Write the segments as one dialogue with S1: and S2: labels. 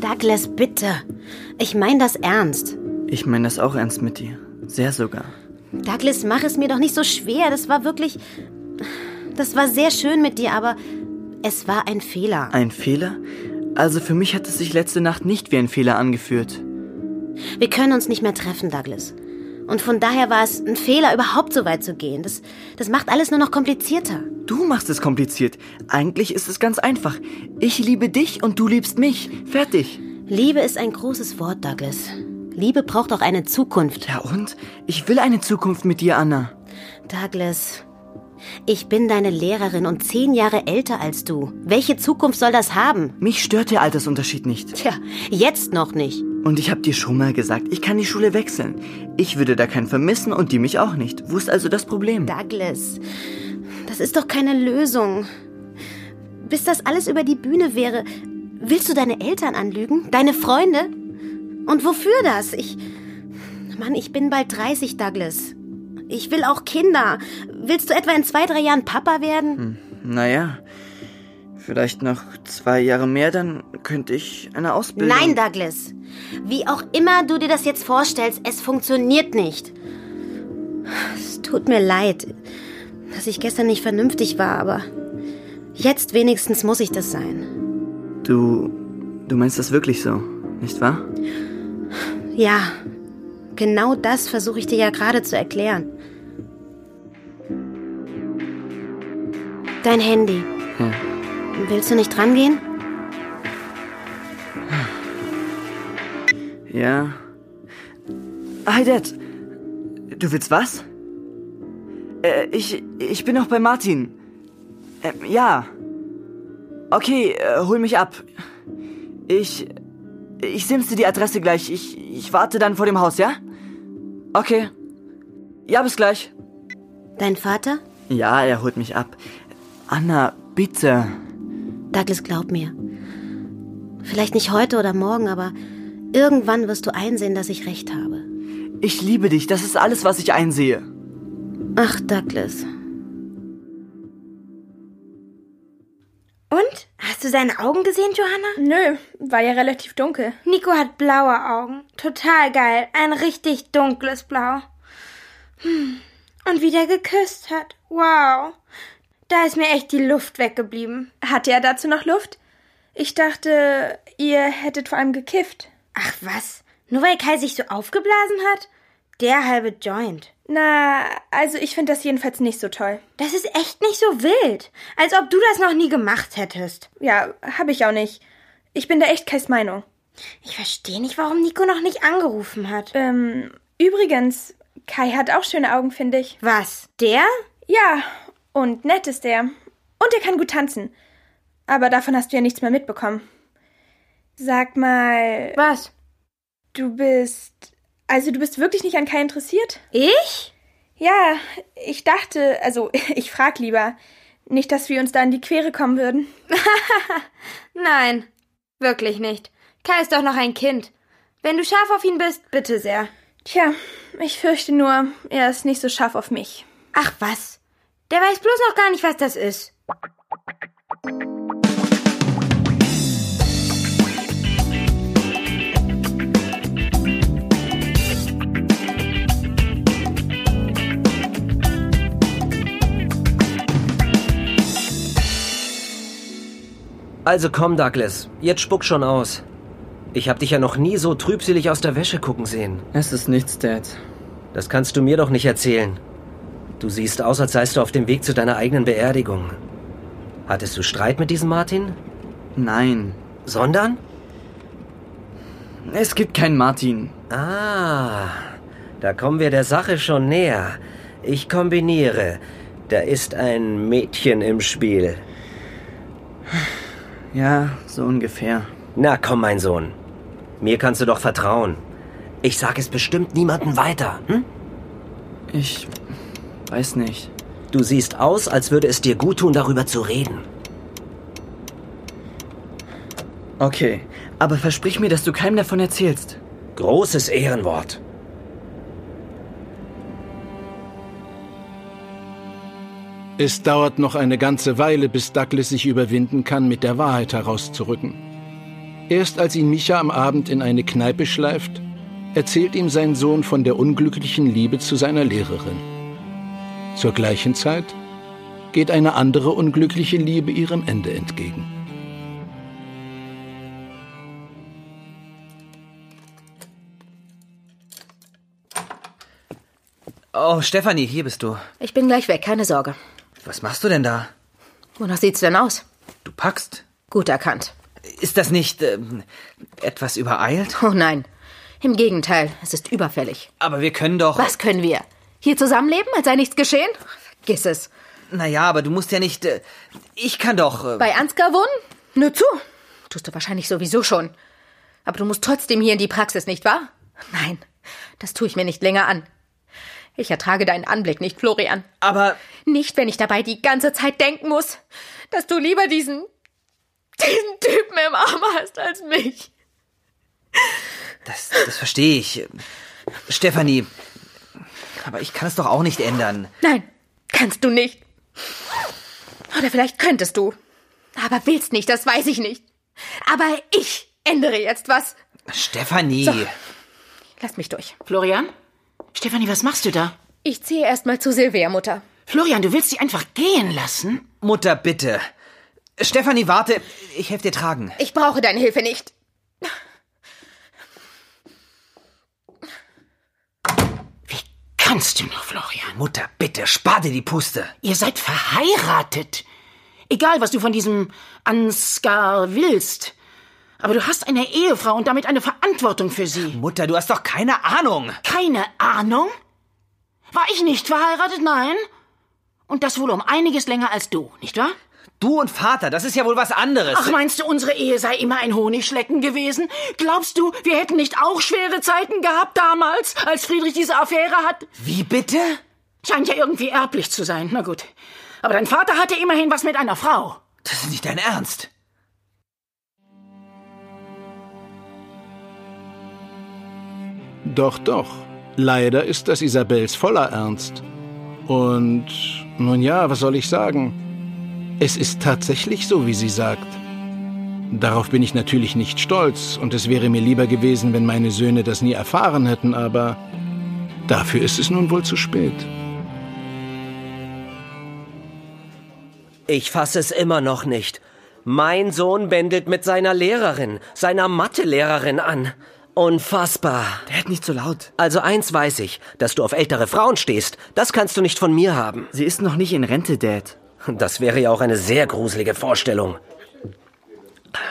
S1: Douglas, bitte. Ich meine das ernst.
S2: Ich meine das auch ernst mit dir. Sehr sogar.
S1: Douglas, mach es mir doch nicht so schwer. Das war wirklich. Das war sehr schön mit dir, aber es war ein Fehler.
S2: Ein Fehler? Also für mich hat es sich letzte Nacht nicht wie ein Fehler angefühlt.
S1: Wir können uns nicht mehr treffen, Douglas. Und von daher war es ein Fehler, überhaupt so weit zu gehen. Das, das macht alles nur noch komplizierter.
S2: Du machst es kompliziert. Eigentlich ist es ganz einfach. Ich liebe dich und du liebst mich. Fertig.
S1: Liebe ist ein großes Wort, Douglas. Liebe braucht auch eine Zukunft.
S2: Ja und? Ich will eine Zukunft mit dir, Anna.
S1: Douglas, ich bin deine Lehrerin und zehn Jahre älter als du. Welche Zukunft soll das haben?
S2: Mich stört der Altersunterschied nicht.
S1: Tja, jetzt noch nicht.
S2: Und ich habe dir schon mal gesagt, ich kann die Schule wechseln. Ich würde da keinen vermissen und die mich auch nicht. Wo ist also das Problem?
S1: Douglas, das ist doch keine Lösung. Bis das alles über die Bühne wäre, willst du deine Eltern anlügen? Deine Freunde? Und wofür das? Ich. Mann, ich bin bald 30, Douglas. Ich will auch Kinder. Willst du etwa in zwei, drei Jahren Papa werden?
S2: Hm, naja, vielleicht noch zwei Jahre mehr, dann könnte ich eine Ausbildung.
S1: Nein, Douglas. Wie auch immer du dir das jetzt vorstellst, es funktioniert nicht. Es tut mir leid, dass ich gestern nicht vernünftig war, aber jetzt wenigstens muss ich das sein.
S2: Du. Du meinst das wirklich so, nicht wahr?
S1: Ja, genau das versuche ich dir ja gerade zu erklären. Dein Handy.
S2: Ja.
S1: Willst du nicht drangehen?
S2: Ja. Hi, Dad. Du willst was? Äh, ich, ich bin noch bei Martin. Äh, ja. Okay, äh, hol mich ab. Ich, ich simste die Adresse gleich. Ich, ich warte dann vor dem Haus, ja? Okay. Ja, bis gleich.
S1: Dein Vater?
S2: Ja, er holt mich ab. Anna, bitte.
S1: Douglas, glaub mir. Vielleicht nicht heute oder morgen, aber irgendwann wirst du einsehen, dass ich recht habe.
S2: Ich liebe dich, das ist alles, was ich einsehe.
S1: Ach, Douglas.
S3: Und? Hast du seine Augen gesehen, Johanna?
S4: Nö, war ja relativ dunkel.
S3: Nico hat blaue Augen. Total geil. Ein richtig dunkles Blau. Hm. Und wie der geküsst hat. Wow. Da ist mir echt die Luft weggeblieben.
S4: Hatte er dazu noch Luft? Ich dachte, ihr hättet vor allem gekifft.
S3: Ach was? Nur weil Kai sich so aufgeblasen hat? Der halbe Joint.
S4: Na, also ich finde das jedenfalls nicht so toll.
S3: Das ist echt nicht so wild. Als ob du das noch nie gemacht hättest.
S4: Ja, habe ich auch nicht. Ich bin da echt Kais Meinung.
S3: Ich verstehe nicht, warum Nico noch nicht angerufen hat.
S4: Ähm, übrigens, Kai hat auch schöne Augen, finde ich.
S3: Was? Der?
S4: Ja, und nett ist er. Und er kann gut tanzen. Aber davon hast du ja nichts mehr mitbekommen. Sag mal.
S3: Was?
S4: Du bist. Also du bist wirklich nicht an Kai interessiert?
S3: Ich?
S4: Ja, ich dachte, also ich frag lieber. Nicht, dass wir uns da in die Quere kommen würden.
S3: Nein, wirklich nicht. Kai ist doch noch ein Kind. Wenn du scharf auf ihn bist, bitte sehr.
S4: Tja, ich fürchte nur, er ist nicht so scharf auf mich.
S3: Ach was. Der weiß bloß noch gar nicht, was das ist.
S5: Also komm, Douglas, jetzt spuck schon aus. Ich hab dich ja noch nie so trübselig aus der Wäsche gucken sehen.
S2: Es ist nichts, Dad.
S5: Das kannst du mir doch nicht erzählen. Du siehst aus, als seist du auf dem Weg zu deiner eigenen Beerdigung. Hattest du Streit mit diesem Martin?
S2: Nein.
S5: Sondern?
S2: Es gibt keinen Martin.
S5: Ah, da kommen wir der Sache schon näher. Ich kombiniere. Da ist ein Mädchen im Spiel.
S2: Ja, so ungefähr.
S5: Na komm, mein Sohn. Mir kannst du doch vertrauen. Ich sag es bestimmt niemandem weiter. Hm?
S2: Ich weiß nicht.
S5: Du siehst aus, als würde es dir gut tun, darüber zu reden.
S2: Okay, aber versprich mir, dass du keinem davon erzählst.
S5: Großes Ehrenwort.
S6: Es dauert noch eine ganze Weile, bis Douglas sich überwinden kann, mit der Wahrheit herauszurücken. Erst als ihn Micha am Abend in eine Kneipe schleift, erzählt ihm sein Sohn von der unglücklichen Liebe zu seiner Lehrerin. Zur gleichen Zeit geht eine andere unglückliche Liebe ihrem Ende entgegen.
S7: Oh, Stefanie, hier bist du.
S8: Ich bin gleich weg, keine Sorge.
S7: Was machst du denn da?
S8: Wonach sieht's denn aus?
S7: Du packst.
S8: Gut erkannt.
S7: Ist das nicht ähm, etwas übereilt?
S8: Oh nein. Im Gegenteil, es ist überfällig.
S7: Aber wir können doch.
S8: Was können wir? Hier zusammenleben, als sei nichts geschehen? Vergiss es.
S7: Naja, aber du musst ja nicht. Äh, ich kann doch. Äh,
S8: Bei Ansgar wohnen? Nur zu. Tust du wahrscheinlich sowieso schon. Aber du musst trotzdem hier in die Praxis, nicht wahr? Nein, das tue ich mir nicht länger an. Ich ertrage deinen Anblick nicht, Florian.
S7: aber.
S8: Nicht, wenn ich dabei die ganze Zeit denken muss, dass du lieber diesen. diesen Typen im Arm hast als mich.
S7: Das, das verstehe ich. Stefanie. Aber ich kann es doch auch nicht ändern.
S8: Nein, kannst du nicht. Oder vielleicht könntest du. Aber willst nicht, das weiß ich nicht. Aber ich ändere jetzt was.
S7: Stefanie.
S8: Lass mich durch.
S9: Florian? Stefanie, was machst du da?
S8: Ich ziehe erst mal zu Silvia, Mutter.
S9: Florian, du willst sie einfach gehen lassen?
S7: Mutter, bitte. Stefanie, warte. Ich helfe dir tragen.
S8: Ich brauche deine Hilfe nicht.
S9: Kannst du noch, Florian?
S7: Mutter, bitte, spar dir die Puste.
S9: Ihr seid verheiratet. Egal, was du von diesem Ansgar willst. Aber du hast eine Ehefrau und damit eine Verantwortung für sie.
S7: Mutter, du hast doch keine Ahnung.
S9: Keine Ahnung? War ich nicht verheiratet? Nein. Und das wohl um einiges länger als du, nicht wahr?
S7: Du und Vater, das ist ja wohl was anderes.
S9: Ach, meinst du, unsere Ehe sei immer ein Honigschlecken gewesen? Glaubst du, wir hätten nicht auch schwere Zeiten gehabt damals, als Friedrich diese Affäre hat?
S7: Wie bitte?
S9: Scheint ja irgendwie erblich zu sein. Na gut. Aber dein Vater hatte immerhin was mit einer Frau.
S7: Das ist nicht dein Ernst.
S6: Doch, doch. Leider ist das Isabels voller Ernst. Und nun ja, was soll ich sagen? Es ist tatsächlich so, wie sie sagt. Darauf bin ich natürlich nicht stolz und es wäre mir lieber gewesen, wenn meine Söhne das nie erfahren hätten, aber dafür ist es nun wohl zu spät.
S5: Ich fasse es immer noch nicht. Mein Sohn bändelt mit seiner Lehrerin, seiner Mathelehrerin an. Unfassbar.
S7: Werd nicht so laut.
S5: Also eins weiß ich, dass du auf ältere Frauen stehst. Das kannst du nicht von mir haben.
S2: Sie ist noch nicht in Rente, Dad.
S5: Das wäre ja auch eine sehr gruselige Vorstellung.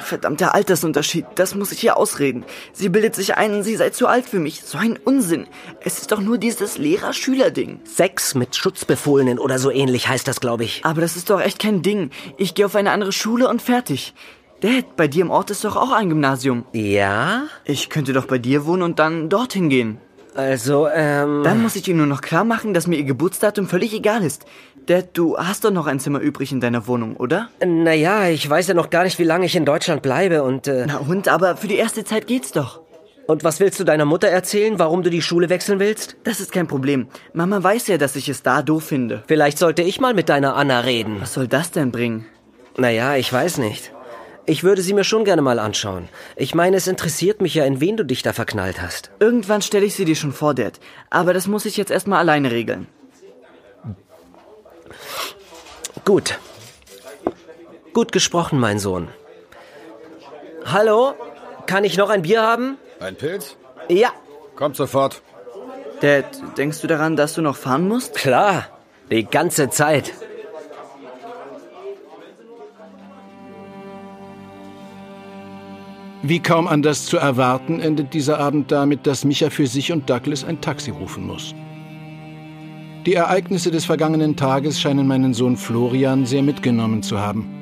S2: Verdammter Altersunterschied, das muss ich hier ausreden. Sie bildet sich ein, sie sei zu alt für mich. So ein Unsinn. Es ist doch nur dieses Lehrer-Schüler-Ding.
S5: Sex mit Schutzbefohlenen oder so ähnlich heißt das, glaube ich.
S2: Aber das ist doch echt kein Ding. Ich gehe auf eine andere Schule und fertig. Dad, bei dir im Ort ist doch auch ein Gymnasium.
S5: Ja?
S2: Ich könnte doch bei dir wohnen und dann dorthin gehen.
S5: Also, ähm.
S2: Dann muss ich dir nur noch klar machen, dass mir ihr Geburtsdatum völlig egal ist. Dad, du hast doch noch ein Zimmer übrig in deiner Wohnung, oder?
S5: Naja, ich weiß ja noch gar nicht, wie lange ich in Deutschland bleibe und, äh,
S2: Na und, aber für die erste Zeit geht's doch.
S5: und was willst du deiner Mutter erzählen, warum du die Schule wechseln willst?
S2: Das ist kein Problem. Mama weiß ja, dass ich es da doof finde.
S5: Vielleicht sollte ich mal mit deiner Anna reden.
S2: Was soll das denn bringen?
S5: Naja, ich weiß nicht. Ich würde sie mir schon gerne mal anschauen. Ich meine, es interessiert mich ja, in wen du dich da verknallt hast.
S2: Irgendwann stelle ich sie dir schon vor, Dad. Aber das muss ich jetzt erstmal alleine regeln.
S5: Gut. Gut gesprochen, mein Sohn. Hallo? Kann ich noch ein Bier haben?
S10: Ein Pilz?
S5: Ja,
S10: Kommt sofort.
S2: Dad, denkst du daran, dass du noch fahren musst?
S5: klar. Die ganze Zeit.
S6: Wie kaum anders zu erwarten, endet dieser Abend damit, dass Micha für sich und Douglas ein Taxi rufen muss. Die Ereignisse des vergangenen Tages scheinen meinen Sohn Florian sehr mitgenommen zu haben.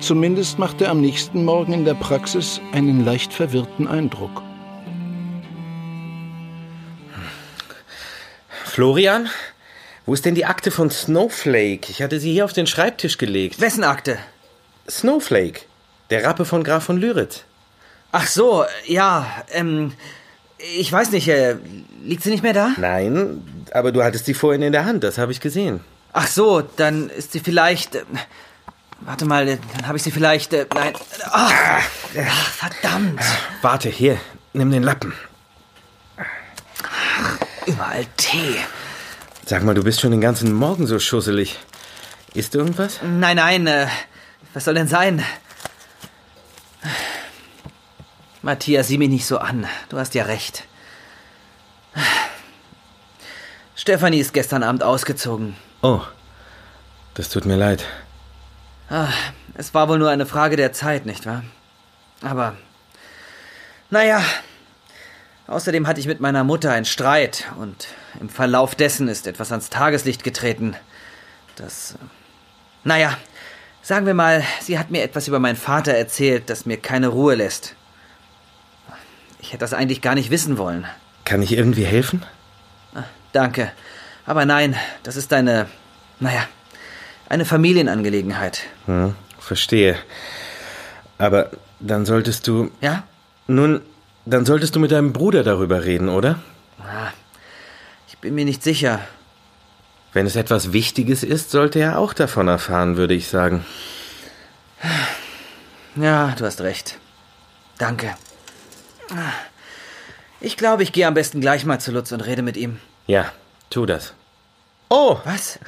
S6: Zumindest macht er am nächsten Morgen in der Praxis einen leicht verwirrten Eindruck.
S10: Florian? Wo ist denn die Akte von Snowflake? Ich hatte sie hier auf den Schreibtisch gelegt.
S7: Wessen Akte?
S10: Snowflake. Der Rappe von Graf von Lyrit.
S7: Ach so, ja, ähm, ich weiß nicht, äh, liegt sie nicht mehr da?
S10: Nein, aber du hattest sie vorhin in der Hand, das habe ich gesehen.
S7: Ach so, dann ist sie vielleicht. Äh, warte mal, äh, dann habe ich sie vielleicht. Äh, nein. Ach, ach, verdammt.
S10: Warte, hier, nimm den Lappen.
S7: Überall Tee.
S10: Sag mal, du bist schon den ganzen Morgen so schusselig. Isst du irgendwas?
S7: Nein, nein, äh, was soll denn sein? Matthias, sieh mich nicht so an. Du hast ja recht. Stefanie ist gestern Abend ausgezogen.
S10: Oh, das tut mir leid.
S7: Ah, es war wohl nur eine Frage der Zeit, nicht wahr? Aber, naja, außerdem hatte ich mit meiner Mutter einen Streit und im Verlauf dessen ist etwas ans Tageslicht getreten. Das, äh, naja, sagen wir mal, sie hat mir etwas über meinen Vater erzählt, das mir keine Ruhe lässt. Ich hätte das eigentlich gar nicht wissen wollen.
S10: Kann ich irgendwie helfen?
S7: Ah, danke. Aber nein, das ist eine, naja, eine Familienangelegenheit.
S10: Hm, verstehe. Aber dann solltest du.
S7: Ja?
S10: Nun, dann solltest du mit deinem Bruder darüber reden, oder?
S7: Ah, ich bin mir nicht sicher.
S10: Wenn es etwas Wichtiges ist, sollte er auch davon erfahren, würde ich sagen.
S7: Ja, du hast recht. Danke. Ich glaube, ich gehe am besten gleich mal zu Lutz und rede mit ihm.
S10: Ja, tu das.
S7: Oh! Was?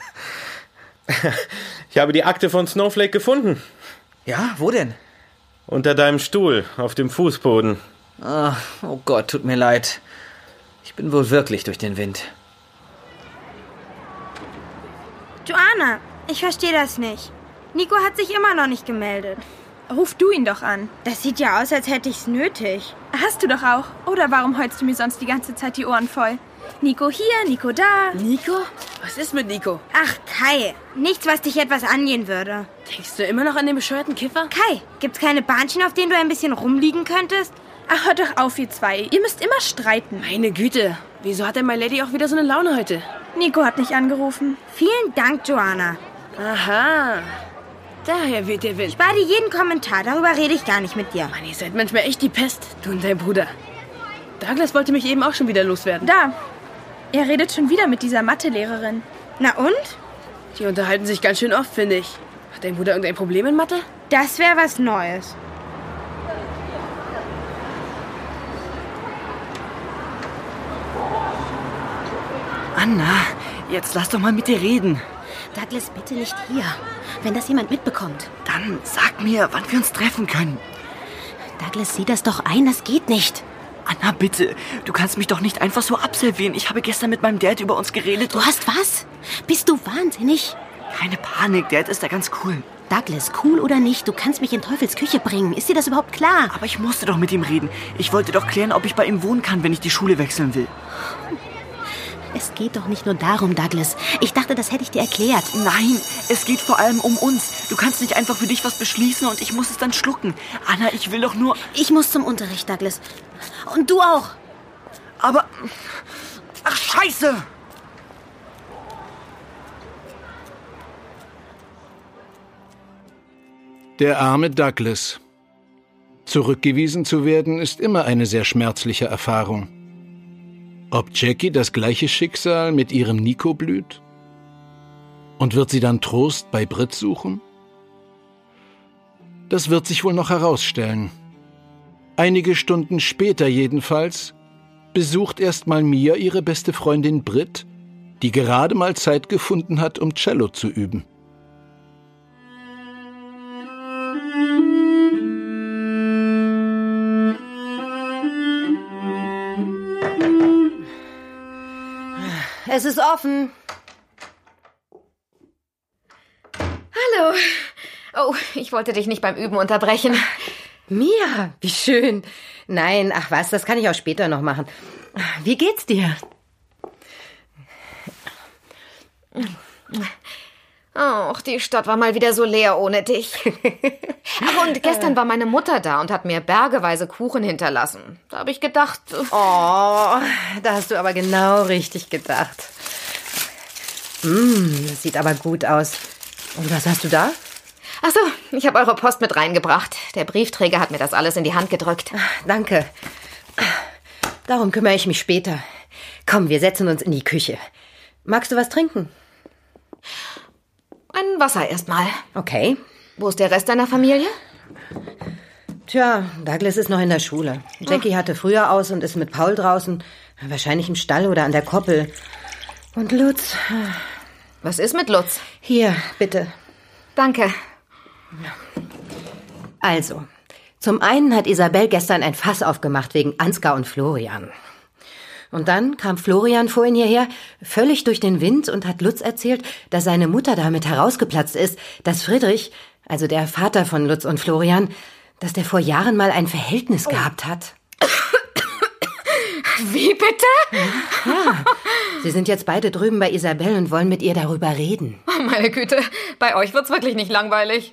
S10: Ich habe die Akte von Snowflake gefunden.
S7: Ja, wo denn?
S10: Unter deinem Stuhl, auf dem Fußboden.
S7: Ah, oh Gott, tut mir leid. Ich bin wohl wirklich durch den Wind.
S3: Joanna, ich verstehe das nicht. Nico hat sich immer noch nicht gemeldet.
S4: Ruf du ihn doch an.
S3: Das sieht ja aus, als hätte ich's nötig.
S4: Hast du doch auch. Oder warum heulst du mir sonst die ganze Zeit die Ohren voll? Nico hier, Nico da.
S8: Nico? Was ist mit Nico?
S3: Ach, Kai. Nichts, was dich etwas angehen würde.
S8: Denkst du immer noch an den bescheuerten Kiffer?
S3: Kai, gibt's keine Bahnschienen, auf denen du ein bisschen rumliegen könntest?
S4: Ach, Ah, hört doch auf, ihr zwei. Ihr müsst immer streiten.
S8: Meine Güte. Wieso hat denn My Lady auch wieder so eine Laune heute?
S4: Nico hat nicht angerufen.
S3: Vielen Dank, Joanna.
S8: Aha. Daher weht der Wind.
S3: Ich beide jeden Kommentar, darüber rede ich gar nicht mit dir.
S8: Mann, ihr seid manchmal echt die Pest, du und dein Bruder. Douglas wollte mich eben auch schon wieder loswerden.
S4: Da. Er redet schon wieder mit dieser Mathelehrerin.
S3: Na und?
S8: Die unterhalten sich ganz schön oft, finde ich. Hat dein Bruder irgendein Problem in Mathe?
S3: Das wäre was Neues.
S2: Anna, jetzt lass doch mal mit dir reden.
S1: Douglas, bitte nicht hier. Wenn das jemand mitbekommt.
S2: Dann sag mir, wann wir uns treffen können.
S1: Douglas, sieh das doch ein, das geht nicht.
S2: Anna, bitte, du kannst mich doch nicht einfach so absolvieren. Ich habe gestern mit meinem Dad über uns geredet.
S1: Du hast was? Bist du wahnsinnig?
S2: Keine Panik, Dad ist da ganz cool.
S1: Douglas, cool oder nicht, du kannst mich in Teufels Küche bringen. Ist dir das überhaupt klar?
S2: Aber ich musste doch mit ihm reden. Ich wollte doch klären, ob ich bei ihm wohnen kann, wenn ich die Schule wechseln will.
S1: Es geht doch nicht nur darum, Douglas. Ich dachte, das hätte ich dir erklärt.
S2: Nein, es geht vor allem um uns. Du kannst nicht einfach für dich was beschließen und ich muss es dann schlucken. Anna, ich will doch nur.
S1: Ich muss zum Unterricht, Douglas. Und du auch.
S2: Aber. Ach, Scheiße!
S6: Der arme Douglas. Zurückgewiesen zu werden ist immer eine sehr schmerzliche Erfahrung. Ob Jackie das gleiche Schicksal mit ihrem Nico blüht? Und wird sie dann Trost bei Britt suchen? Das wird sich wohl noch herausstellen. Einige Stunden später jedenfalls besucht erstmal Mia ihre beste Freundin Britt, die gerade mal Zeit gefunden hat, um Cello zu üben.
S1: Es ist offen.
S8: Hallo. Oh, ich wollte dich nicht beim Üben unterbrechen. Mia, wie schön. Nein, ach was, das kann ich auch später noch machen. Wie geht's dir?
S11: die Stadt war mal wieder so leer ohne dich. Ach,
S8: Äh.
S11: und gestern war meine Mutter da und hat mir bergeweise Kuchen hinterlassen. Da habe ich gedacht.
S8: Oh, da hast du aber genau richtig gedacht. Mm, das sieht aber gut aus. Und was hast du da?
S11: Ach so, ich habe eure Post mit reingebracht. Der Briefträger hat mir das alles in die Hand gedrückt.
S8: Ah, Danke. Darum kümmere ich mich später. Komm, wir setzen uns in die Küche. Magst du was trinken?
S11: Ein Wasser erstmal.
S8: Okay.
S11: Wo ist der Rest deiner Familie?
S8: Tja, Douglas ist noch in der Schule.
S11: Ah.
S8: Jackie hatte früher aus und ist mit Paul draußen. Wahrscheinlich im Stall oder an der Koppel. Und Lutz. ah.
S11: Was ist mit Lutz?
S8: Hier, bitte.
S11: Danke.
S8: Also, zum einen hat Isabel gestern ein Fass aufgemacht wegen Ansgar und Florian. Und dann kam Florian vorhin hierher, völlig durch den Wind, und hat Lutz erzählt, dass seine Mutter damit herausgeplatzt ist, dass Friedrich, also der Vater von Lutz und Florian, dass der vor Jahren mal ein Verhältnis gehabt hat.
S11: Wie bitte?
S8: Ja. Sie sind jetzt beide drüben bei Isabel und wollen mit ihr darüber reden.
S11: Oh, meine Güte, bei euch wird's wirklich nicht langweilig.